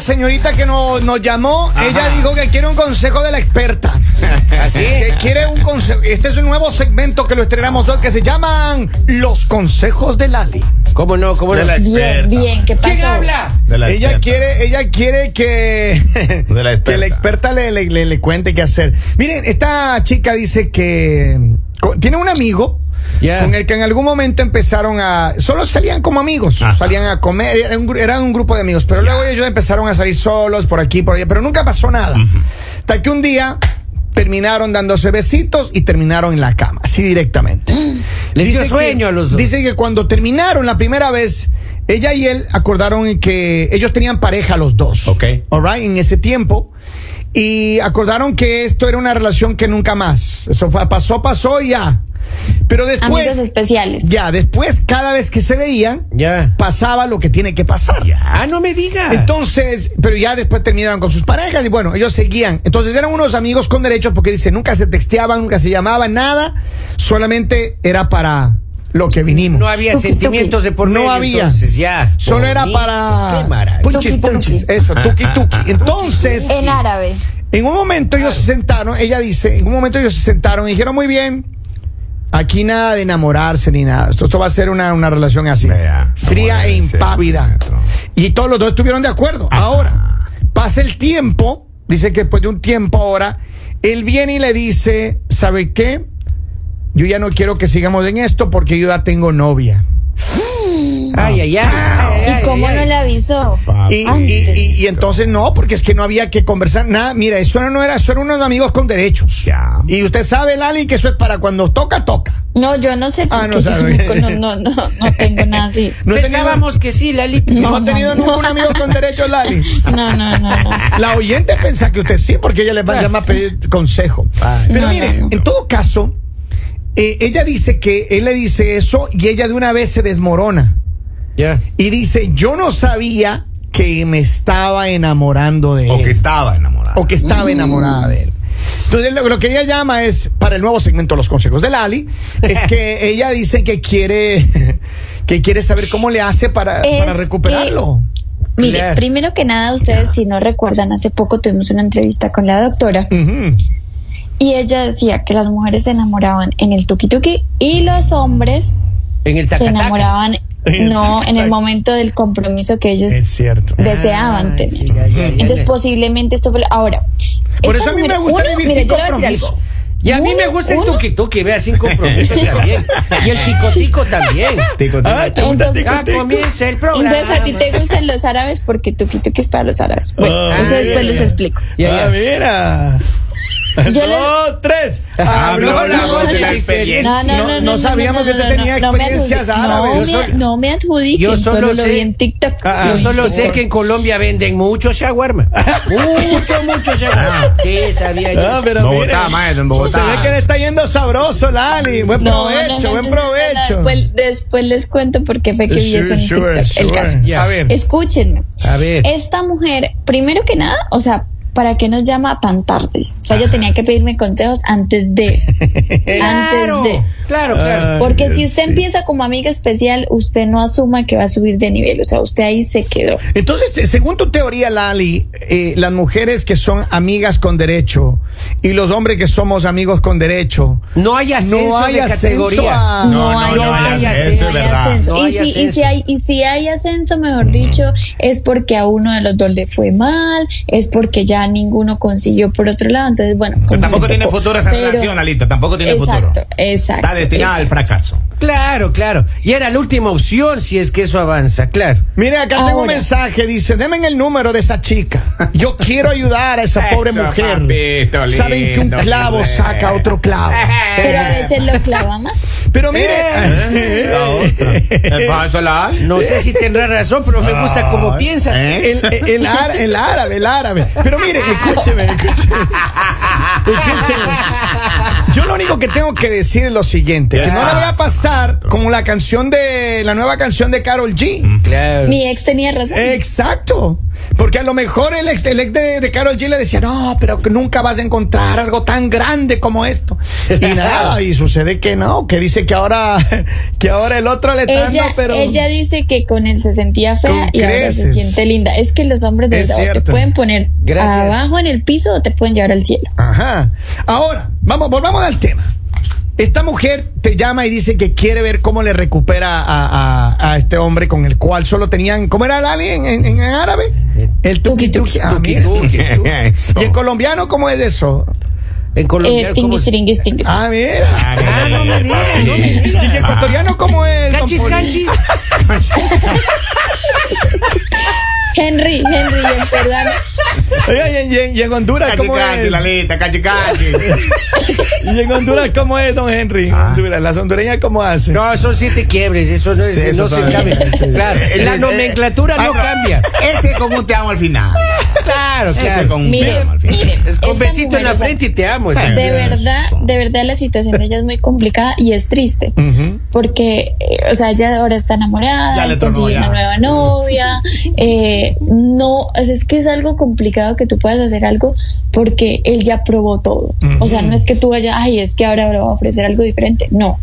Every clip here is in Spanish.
señorita que no- nos llamó, ella dijo que quiere un consejo de la experta. ¿Así? Que quiere un consejo. Este es un nuevo segmento que lo estrenamos hoy que se llaman Los Consejos de Lali. ¿Cómo no? ¿Cómo no? De la Bien, experta. bien, ¿qué pasó? ¿Quién habla? De la ella experta. quiere, ella quiere que, De la que la experta. experta le, le- le- le cuente qué hacer. Miren, esta chica dice que co- tiene un amigo. Ya. Con el que en algún momento empezaron a. Solo salían como amigos. Ajá. Salían a comer. era un gru- Eran un grupo de amigos. Pero luego ellos empezaron a salir solos por aquí, por allá. Pero nunca pasó nada. Tal que un día terminaron dándose besitos y terminaron en la cama. Así directamente. Les dio que- sueño a los dos. Dice que cuando terminaron la primera vez, ella y él acordaron que ellos tenían pareja los dos. Ok. All right, en ese tiempo. Y acordaron que esto era una relación que nunca más. Eso fue- pasó, pasó y ya. Pero después. Pues, Amigos especiales. Ya, después, cada vez que se veían, Ya. pasaba lo que tiene que pasar. Ah, no me digas. Entonces, pero ya después terminaron con sus parejas y bueno, ellos seguían. Entonces eran unos amigos con derechos porque dice, nunca se texteaban, nunca se llamaban, nada, solamente era para lo que vinimos. no había Tuki, sentimientos de por No medio. había. Entonces, ya. Solo era Bonito. para Qué maravilla. punchis, Tuki, tuki. punchis, eso, tuki tuki. Entonces, En árabe. en un momento ellos se sentaron, ella dice, en un momento ellos se sentaron y dijeron, muy bien, aquí nada de enamorarse ni nada. Esto, esto va a ser una, una relación así. Vea, fría e enamorarse, impávida. claro. Y todos los dos estuvieron de acuerdo. Ahora, pasa el tiempo, dice que después de un tiempo ahora, él viene y le dice, ¿sabe qué? Yo ya no quiero que sigamos en esto porque yo ya tengo novia. Ay, ay, ay. ay, ay, ¿Y cómo ay, no ay. le avisó? Papi. Y, y- y- y entonces no, porque es que no había que conversar nada. Mira, eso no era, eso eran unos amigos con derechos. Ya. Y usted sabe, Lali, que eso es para cuando toca, toca. No, yo no sé Ah, porque no sabe. yo no, no, no, no tengo nada así. No he tenido, Pensábamos que sí, Lalita. no No, ha tenido no, nunca un amigo con derechos, Lali. No, no, no. no. La oyente piensa que usted sí, porque ella le va a llamar a pedir consejo. Pero Pues. No, mire, no, no. en todo caso, eh, ella dice que él le dice eso y ella de una vez se desmorona. Ya. Y dice, yo no sabía que me estaba enamorando de él. O que estaba enamorada. o que Mm. estaba enamorada de él. Entonces lo, lo que ella llama es, para el nuevo segmento Los Consejos de Lali, es que ella dice que quiere, que quiere saber cómo le hace para, Es para recuperarlo. Mire, Claro. primero que nada, ustedes si no recuerdan, hace poco tuvimos una entrevista con la doctora Ujú. y ella decía que las mujeres se enamoraban en el tuki tuki y los hombres En el se tacataca. enamoraban no en el momento del compromiso que ellos Es cierto. deseaban Ay, sí, tener. ya, ya, ya, Entonces pues, ya. posiblemente esto fue lo- ahora. Por eso esta a mí me mujer- gusta uno, vivir mire, sin yo le voy a decir compromiso. algo. Y a mí Uno, me gusta el uno. tuki tuki, vea, sin compromiso también. Y el ticotico también. Tico, tico, Ay, tico, entonces- tico, Ya tico. comienza el programa. Entonces a ti te gustan los árabes porque tuki tuki es para los árabes. Bueno, Ah, eso después ya, les ya. explico. Ya, ya. Ah, mira. Yo les, Dos, tres. Habló Habló la la voz de la no, experiencia. No, no, no, no, no sabíamos que no, usted no, tenía no, no me experiencias adjudiquen, árabes. No, me, no me adjudiquen, Yo solo solo, lo sé- vi en TikTok. Ah, Yo Ay, solo por sé favor. que en Colombia venden mucho shawarma. Mucho, mucho shawarma. Sí, sabía yo. Ah, pero Bogotá, mire, maestro, en Bogotá. Se ve que le está yendo sabroso, Lali. Buen No, no, provecho, no, buen no, no, no, provecho. después, después les cuento por qué fue que vi eso en Sure, TikTok. sure, El sure. caso. Ya. A ver. Escúchenme. A ver. Esta mujer, primero que nada, o sea, ¿para qué nos llama tan tarde? O sea, ella tenía que pedirme consejos antes de. Claro, antes de. Ah. claro, claro. Porque si usted empieza como amiga especial, usted no asuma que va a subir de nivel. O sea, usted ahí se quedó. Entonces, te- según tu teoría, Lali, eh, las mujeres que son amigas con derecho y los hombres que somos amigos con derecho, No hay ascenso no hay de ascenso categoría. a... No, no, no hay ascenso, ascenso, es no hay verdad. ascenso. No hay y, si, y ascenso. si hay, y si hay ascenso, mejor Mm. dicho, es porque a uno de los dos le fue mal, es porque ya ninguno consiguió por otro lado. Entonces, bueno, como Pero tampoco que tiene tocó. futuro esa Pero- relación, Alita. Tampoco tiene futuro. Exacto, exacto. Está destinada al exacto. fracaso. Claro, claro. Y era la última opción si es que eso avanza, claro. Mira, acá tengo un Ahora. mensaje, dice, denme el número de esa chica. Yo quiero ayudar a esa pobre Eso, mujer. papito Saben que un lindo, clavo qué saca bueno. otro clavo. Pero a veces lo clava más. Pero mire, Eh, La otra. ¿Me pasa la? No sé si tendrá razón, pero me gusta Ah, cómo piensa. ¿Eh? el, el- el ara- el árabe, el árabe. Pero mire, escúcheme, escúcheme. Escúcheme. Yo lo único que tengo que decir es lo siguiente, que no la voy a pasar como la canción de la nueva canción de Carol G. Claro. Mi ex tenía razón. Exacto. Porque a lo mejor el ex, el ex de, de Carol G le decía, no, pero que nunca vas a encontrar algo tan grande como esto. Y nada, y sucede que no, que dice que ahora, que ahora el otro le está Ella, dando, pero. ella dice que con él se sentía fea Con y ahora se creces. siente linda. Es que los hombres de Es verdad o te cierto. pueden poner Gracias. abajo en el piso o te pueden llevar al cielo. Ajá. Ahora, vamos, volvamos al tema. Esta mujer te llama y dice que quiere ver cómo le recupera a, a- a este hombre con el cual solo tenían. ¿Cómo era el alien en, en árabe? El tuki tuki. Ah, mira. Eso. ¿Y el colombiano cómo es eso? En Colombia. Eh, ¿cómo tinguis, se- tinguis, tinguis. Ah, mira. Ah, no me digas, no me ¿Y el ecuatoriano cómo es? don Cachis, Poli? cachis. Henry, Henry, en verdad. Oiga, ¿Y en, y en- y en Honduras Cachi, cómo cachi, es? la lista, cachi, cachi. ¿Y en Honduras cómo es, don Henry? Ah. Honduras, ¿Las hondureñas cómo hacen? No, son siete quiebres, eso no, es, Sí, eso no se sabe. cambia. Sí. Claro, Eh, la eh, nomenclatura ah, no cambia. Ese con un te amo al final. Claro, Ese claro. con un te Miren, amo al final. miren. Es con Esta besito en mujer, la o sea, frente y te amo. Sí. De Dios. verdad, de verdad la situación de ella es muy complicada y es triste. Ujú. porque, eh, o sea, ella ahora está Ya enamorada, le tronó, consiguió ya. una nueva novia, eh, no, o sea, es que es algo complicado que tú puedas hacer algo porque él ya probó todo. O sea, no es que tú vayas, ay, es que ahora le va a ofrecer algo diferente, no.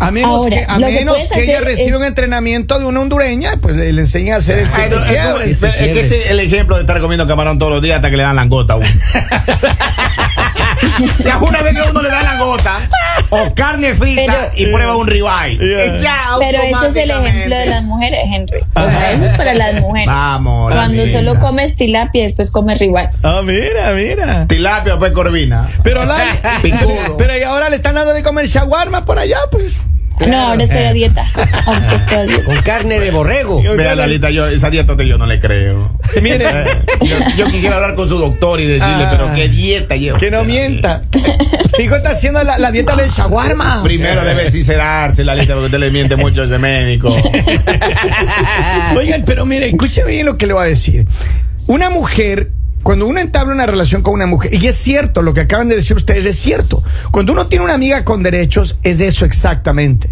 A menos Ahora, que, a lo que menos puedes que ella hacer reciba es- un entrenamiento de una hondureña, pues le, le enseña a hacer el Ay, Ah, no, es, como- siguiente. es- es eh, que ese es el ejemplo de estar comiendo camarón todos los días hasta que le dan langota a uno. ya una vez que a uno le dan langota o carne frita Pero- y prueba un ribeye. Yeah. Eh, ya, Pero ese es el automáticamente. ejemplo de las mujeres, Henry. O sea, eso es para las mujeres. Vamos, la Cuando linda. solo comes tilapia, después comes ribeye. Ah, mira, mira. Tilapia pues corvina. Pero, la, Picudo. pero y ahora le están dando de comer shawarma por allá, pues. No, ahora estoy a dieta. Ahora estoy a dieta. Con carne de borrego. Vea Lalita, yo, esa dieta yo no le creo. Mire. Eh, yo, yo quisiera hablar con su doctor y decirle, Ah. pero qué dieta lleva. Que no usted, mienta. Fijo está haciendo la, la dieta del shawarma. Lalita? Ah. Primero debe sincerarse Lalita porque usted le miente mucho a ese médico. Ah. Oigan, pero mire, escuche bien lo que le voy a decir. Una mujer, cuando uno entabla una relación con una mujer, y es cierto, lo que acaban de decir ustedes es cierto. Cuando uno tiene una amiga con derechos, es eso exactamente.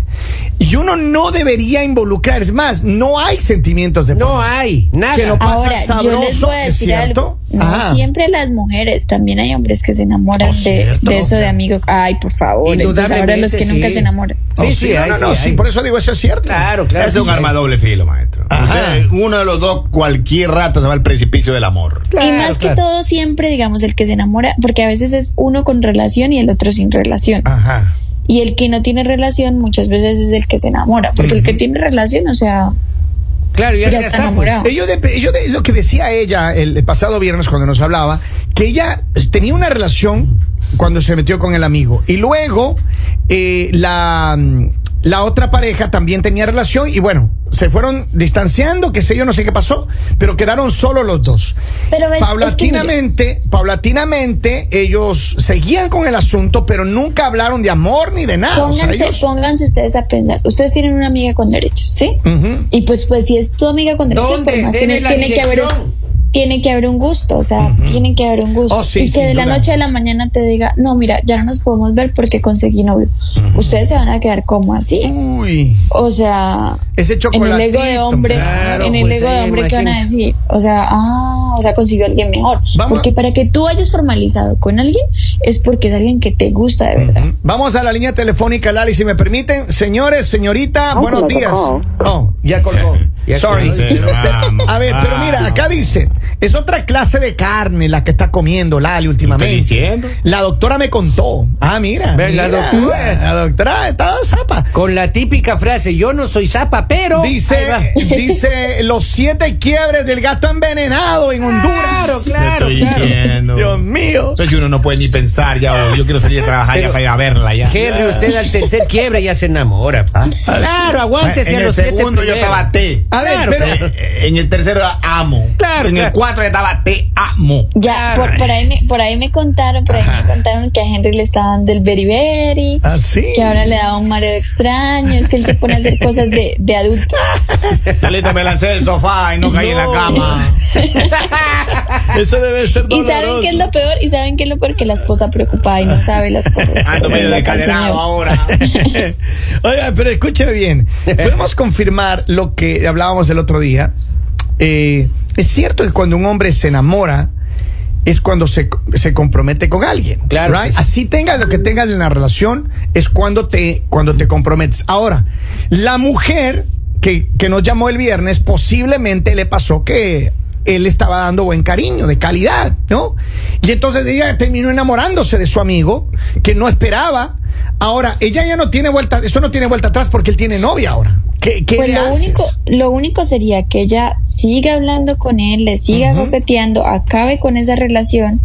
Y uno no debería involucrar, es más, no hay sentimientos de por No medio. hay, Que no nada. pasa Ahora, yo les sabroso, voy a ¿es decir algo. cierto? No Ajá. siempre las mujeres, también hay hombres que se enamoran Oh, de, cierto. de eso de amigo. Ay, por favor. Entonces ahora los que Indudablemente, nunca sí. se enamoran. Oh, Sí, sí, no, hay, no, no, sí, sí, hay. por eso digo, eso es cierto. Claro, claro. es un sí, arma hay. doble filo, maestro. Ajá. Usted, uno de los dos, cualquier rato se va al precipicio del amor. y Claro, más que claro. todo, siempre, digamos, el que se enamora, porque a veces es uno con relación y el otro sin relación. Ajá. Y el que no tiene relación muchas veces es el que se enamora, porque el que tiene relación, o sea, Claro, ya, Ya ya está está. pues. enamorado. Ellos de- ellos de- lo que decía ella el, el pasado viernes cuando nos hablaba, que ella tenía una relación cuando se metió con el amigo. Y luego eh, la, mm, la otra pareja también tenía relación y bueno, se fueron distanciando, qué sé yo, no sé qué pasó, pero quedaron solo los dos. Pero ves, es que mira- paulatinamente, paulatinamente ellos seguían con el asunto, pero nunca hablaron de amor ni de nada. o sea, pónganse, ellos- pónganse ustedes a pensar. Ustedes tienen una amiga con derechos, ¿sí? Ujú. Y pues, pues si es tu amiga con derechos, ¿Dónde? por más, Deme tiene, la tiene que haber dirección. tiene que haber un gusto, o sea, tiene que haber un gusto. Oh, sí, y que sin de la duda. noche a la mañana te diga, no, mira, ya no nos podemos ver porque conseguí novio. Ustedes se van a quedar como así. Uy, O sea, ese en chocolate. el ego de hombre, claro, en el pues, ego de eh, hombre que van a imagínese. decir, o sea, ah, o sea, consiguió a alguien mejor. Vamos. Porque para que tú hayas formalizado con alguien es porque es alguien que te gusta de verdad. Vamos a la línea telefónica, Lali, si me permiten. Señores, señorita, buenos días. Oh, ya colgó. Ya Sorry. colgó. Vamos, A ver, pero mira, Ah. vamos. acá dice, es otra clase de carne la que está comiendo Lali últimamente. Lo estoy diciendo. La doctora me contó. Ah, mira. Ve, la mira. doctora. La doctora está zapa. Con la típica frase, yo no soy zapa, pero. Dice, Ahí va. dice los siete quiebres del gato envenenado en Claro, Honduras. claro, Te estoy claro. diciendo. Dios mío. Entonces uno no puede ni pensar ya, o yo quiero salir a trabajar ya Pero- para ir a verla ya. Henry, usted al tercer quiebre ya se enamora. Claro, aguántese Ah, en a el los siete segundo yo primeros. estaba T. A ver, Claro, pero- claro. Eh, En el tercero amo. Claro, En el claro. cuatro ya estaba te amo. Ya, por, por ahí me, por ahí me contaron, por ahí me contaron que a Henry le está dando el beriberi, Así. que ahora le da un mareo extraño, es que él se pone a hacer cosas de, de adulto. Lalita, me lancé del sofá y no caí en la No. cama. Eso debe ser Y saben que es lo peor, y saben que es lo peor que la esposa preocupada y no sabe las cosas. Esa es Ando Ah, medio la canción. descadenado ahora. Oiga, pero escúcheme bien. Podemos confirmar lo que hablábamos el otro día. eh, es cierto que cuando un hombre se enamora es cuando se, se compromete con alguien. Claro que right? sí. Así tengas lo que tengas en la relación, es cuando te, cuando te comprometes. Ahora, la mujer que, que nos llamó el viernes, posiblemente le pasó que él estaba dando buen cariño, de calidad, ¿no? Y entonces ella terminó enamorándose de su amigo, que no esperaba. Ahora, ella ya no tiene vuelta, esto no tiene vuelta atrás porque él tiene novia ahora. ¿Qué, qué Pues le lo haces? único, lo único sería que ella siga hablando con él, le siga Ujú. coqueteando, acabe con esa relación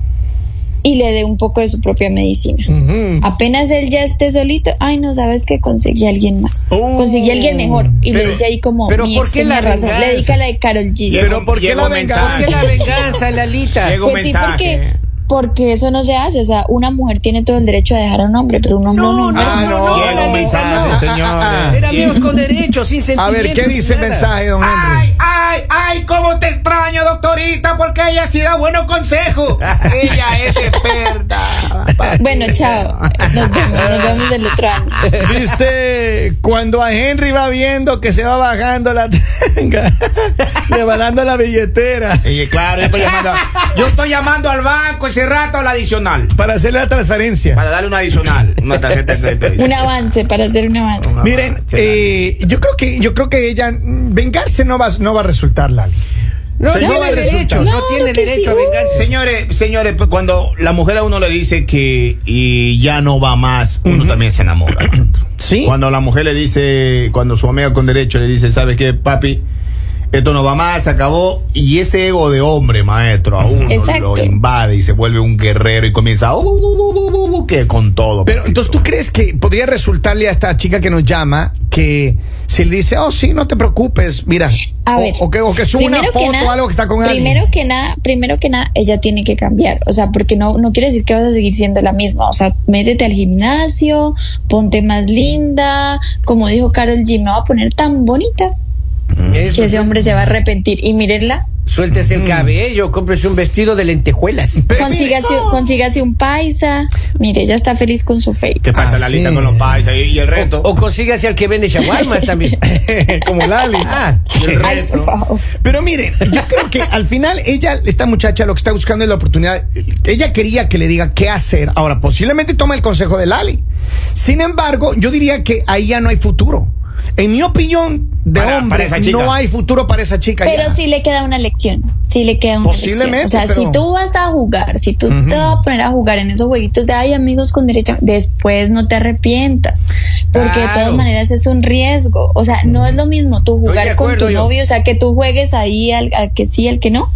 y le dé un poco de su propia medicina. Ujú. Apenas él ya esté solito, ay, no sabes que conseguí a alguien más. Oh. conseguí a alguien mejor. Y Pero- le dice ahí como, pero mi ¿por ex qué la tenía razón. venganza? Le dedica la de Carol G. Llegó- Pero ¿por qué llegó la venganza? ¿Por qué la venganza, Lalita? Llegó Pues sí, porque, mensaje. porque eso no se hace. O sea, una mujer tiene todo el derecho a dejar a un hombre, pero un hombre No, no, no, mujer Ah, no, no, Llegó no, mensaje, no. Ah, señores. Era amigos con derechos, sin A sentimientos. ver, ¿qué sin dice el nada. mensaje, don Henry? Ay, ay, ay, cómo te extraño, doctorita, porque ella sí da buenos consejos. Ella es experta. Ah. Bueno, chao. Nos vemos, nos vemos el otro año. Dice, cuando a Henry va viendo que se va bajando la tanga, le va dando la billetera Y claro, yo estoy llamando, a- yo estoy llamando al banco ese rato a la adicional. para hacerle la transferencia. Para darle una adicional. Una tarjeta de crédito. Un avance, para hacer un avance. Miren, eh, yo creo que yo creo que ella mm, vengarse no va no va a resultar, Lali. No Señor, tiene resulta. derecho, no Claro tiene que derecho a sí. venganza. Señores, señores, pues cuando la mujer a uno le dice que y ya no va más, uno también se enamora. Sí. Cuando la mujer le dice, cuando su amiga con derecho le dice, ¿sabes qué, papi? Esto no va más, se acabó. Y ese ego de hombre, maestro, a uno Exacto. lo invade y se vuelve un guerrero y comienza, uh, uh, uh, uh, uh, que con todo. Pero papito. entonces tú crees que podría resultarle a esta chica que nos llama que si le dice, oh sí, no te preocupes, mira, A o, ver, o que, o que suba una primero que foto o nada- algo que está con primero alguien. que nada primero que nada ella tiene que cambiar o sea porque no no quiere decir que vas a seguir siendo la misma o sea métete al gimnasio ponte más linda como dijo Carol G me va a poner tan bonita Eso, que ese hombre se va a arrepentir y mírenla Suéltese Mm. el cabello, cómprese un vestido de lentejuelas. Pero mire, consígase no. consígase un paisa mire ella está feliz con su fake ¿Qué pasa Ah, la lista sí. con los paisas y, y el reto? O consígase al que vende shawarmas también. como Lali. Ah, el ay reto. por favor Pero miren, yo creo que al final ella, esta muchacha lo que está buscando es la oportunidad. Ella quería que le diga qué hacer. Ahora, posiblemente toma el consejo de Lali. Sin embargo, yo diría que ahí ya no hay futuro. En mi opinión de Para- hombre, para esa chica. no hay futuro para esa chica. Pero ya. sí le queda una lección. Sí le queda una Posiblemente, lección. O sea, pero- si tú vas a jugar, si tú te vas a poner a jugar en esos jueguitos de ay amigos con derecho, después no te arrepientas. Porque de Claro. todas maneras es un riesgo. O sea, no es lo mismo tú de jugar con acuerdo tu yo. novio, o sea, que tú juegues ahí al, al que sí, al que no.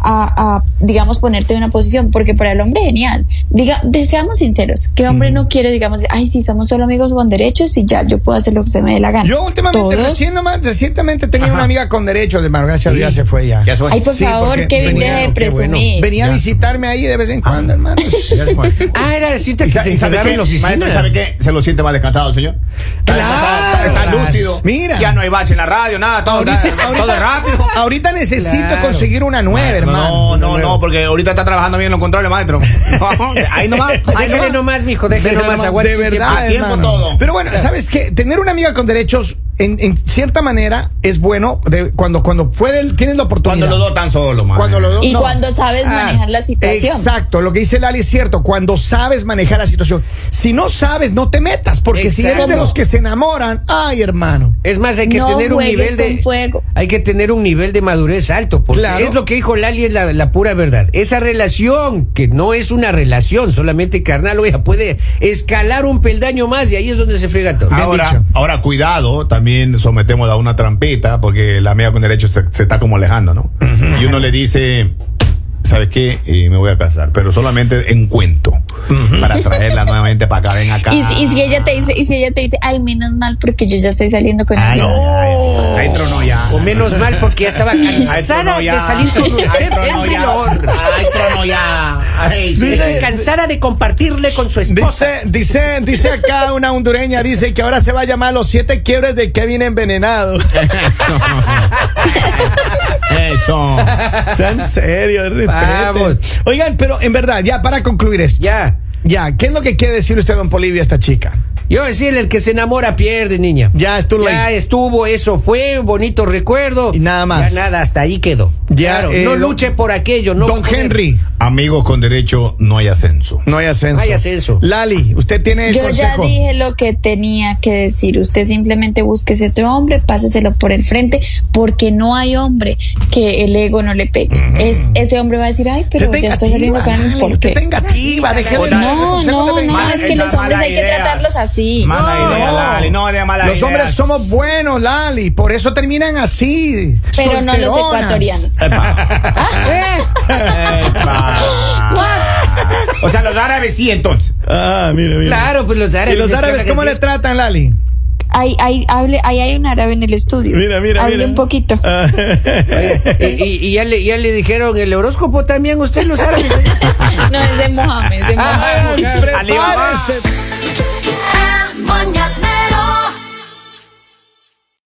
A, a, digamos ponerte en una posición porque para el hombre genial diga de- seamos sinceros que hombre no quiere digamos ay sí somos solo amigos con derechos y ya yo puedo hacer lo que se me dé la gana Yo últimamente, Todos- recién nomás- recientemente tenía una amiga con derechos de Margarita gracias a Dios, ya se fue ya. Ya se fue. ay por Sí, porque favor Kevin venía- deje de qué bueno. presumir Venía a visitarme ahí de vez en cuando, hermano. Ah, Ya se fue. ah, era la cita ¿Y que sa- se y sabe encerraron qué, en la oficina. Maestro, ¿sabe qué? Se lo siente más descansado, señor. Está Claro. descansado, está- está lúcido. Mira. Ya no hay bache en la radio, nada, todo, Ahorita- está- ahorita- todo es rápido. Ahorita necesito Claro. conseguir una nueva, Maestro, hermano. No, Una no, nueva. no, porque ahorita está trabajando bien los controles, maestro. No, ahí nomás. Ahí Déjele nomás. nomás, mijo, déjele Déjale nomás, nomás, aguante. de su tiempo. verdad, a tiempo hermano. todo. Pero bueno, sabes que tener una amiga con derechos en, en cierta manera es bueno de- cuando cuando puede tienes la oportunidad. Cuando los dos están solos, maestro. Cuando los dos- Y no. cuando sabes Ah, manejar la situación. Exacto, lo que dice Lali es cierto, cuando sabes manejar la situación. Si no sabes, no te metas, porque si eres de Exacto. los que se enamoran, ay hermano. Es más, hay que No tener un juegues nivel de. con fuego. Hay que tener un nivel de madurez alto. Porque Claro. es lo que dijo Lali, es la, la pura verdad. Esa relación, que no es una relación solamente carnal, oiga, puede escalar un peldaño más y ahí es donde se friega todo. Ah. Bien dicho. Ahora, ahora, cuidado, también sometemos a una trampita, porque la amiga con derechos se, se está como alejando, ¿no? Y uno le dice, ¿sabes qué? Eh, me voy a casar, pero solamente en cuento, para traerla nuevamente para acá, ven acá. Y, si- y si ella te dice, y si ella te dice, ay, menos mal porque yo ya estoy saliendo con Ay, alguien. no, ya, ya. Ahí tronó ya. O menos mal, porque ya estaba Ay, cansada tronó ya. de salir con Ay, usted, tronó Henry ya. Lor. Ay, trono ya. Ay, sí. Estoy cansada de compartirle con su esposa. Dice, dice, dice acá una hondureña, dice que ahora se va a llamar los siete quiebres de Kevin envenenado. Eso. Sean serios, respeten. Vamos. Oigan, pero en verdad, ya para concluir esto. Ya. Ya, ¿qué es lo que quiere decir usted, don Polivia, a esta chica? Yo decirle, el que se enamora pierde, niña. Ya estuvo Ya ahí. estuvo, eso fue, un bonito recuerdo. Y nada más. Ya nada, hasta ahí quedó. Ya, claro, eh, no don- luche por aquello, no. Don por- Henry, Amigos con derecho, no hay ascenso. no hay ascenso. No hay ascenso. Lali, usted tiene el Yo consejo. ya dije lo que tenía que decir. Usted simplemente búsquese otro hombre, páseselo por el frente, porque no hay hombre que el ego no le pegue. Es, ese hombre va a decir, ay, pero Usted ya está vengativa, saliendo con Lali, ¿por usted qué? vengativa, deje de ese No, consejo no, de no, venganza. es que esa los hombres mala hay que idea. tratarlos así. Mala No. idea, Lali. No, de mala Los idea. hombres somos buenos, Lali, por eso terminan así. Pero no los solteronas. ecuatorianos. Epa. o sea, los árabes sí, entonces. Ah, mire, mire. Claro, pues los árabes. ¿Y los les árabes tratan cómo así. le tratan, Lali? Ahí hay, hable, ahí hay un árabe en el estudio. Mira, mira, Hable mira. Ah. un poquito. Ah. Y, y- y ya, le, ya le dijeron el horóscopo también, usted los árabes. Ah, No, es de Mohamed, es de Mohamed. Ah, Prepárese. El mañanero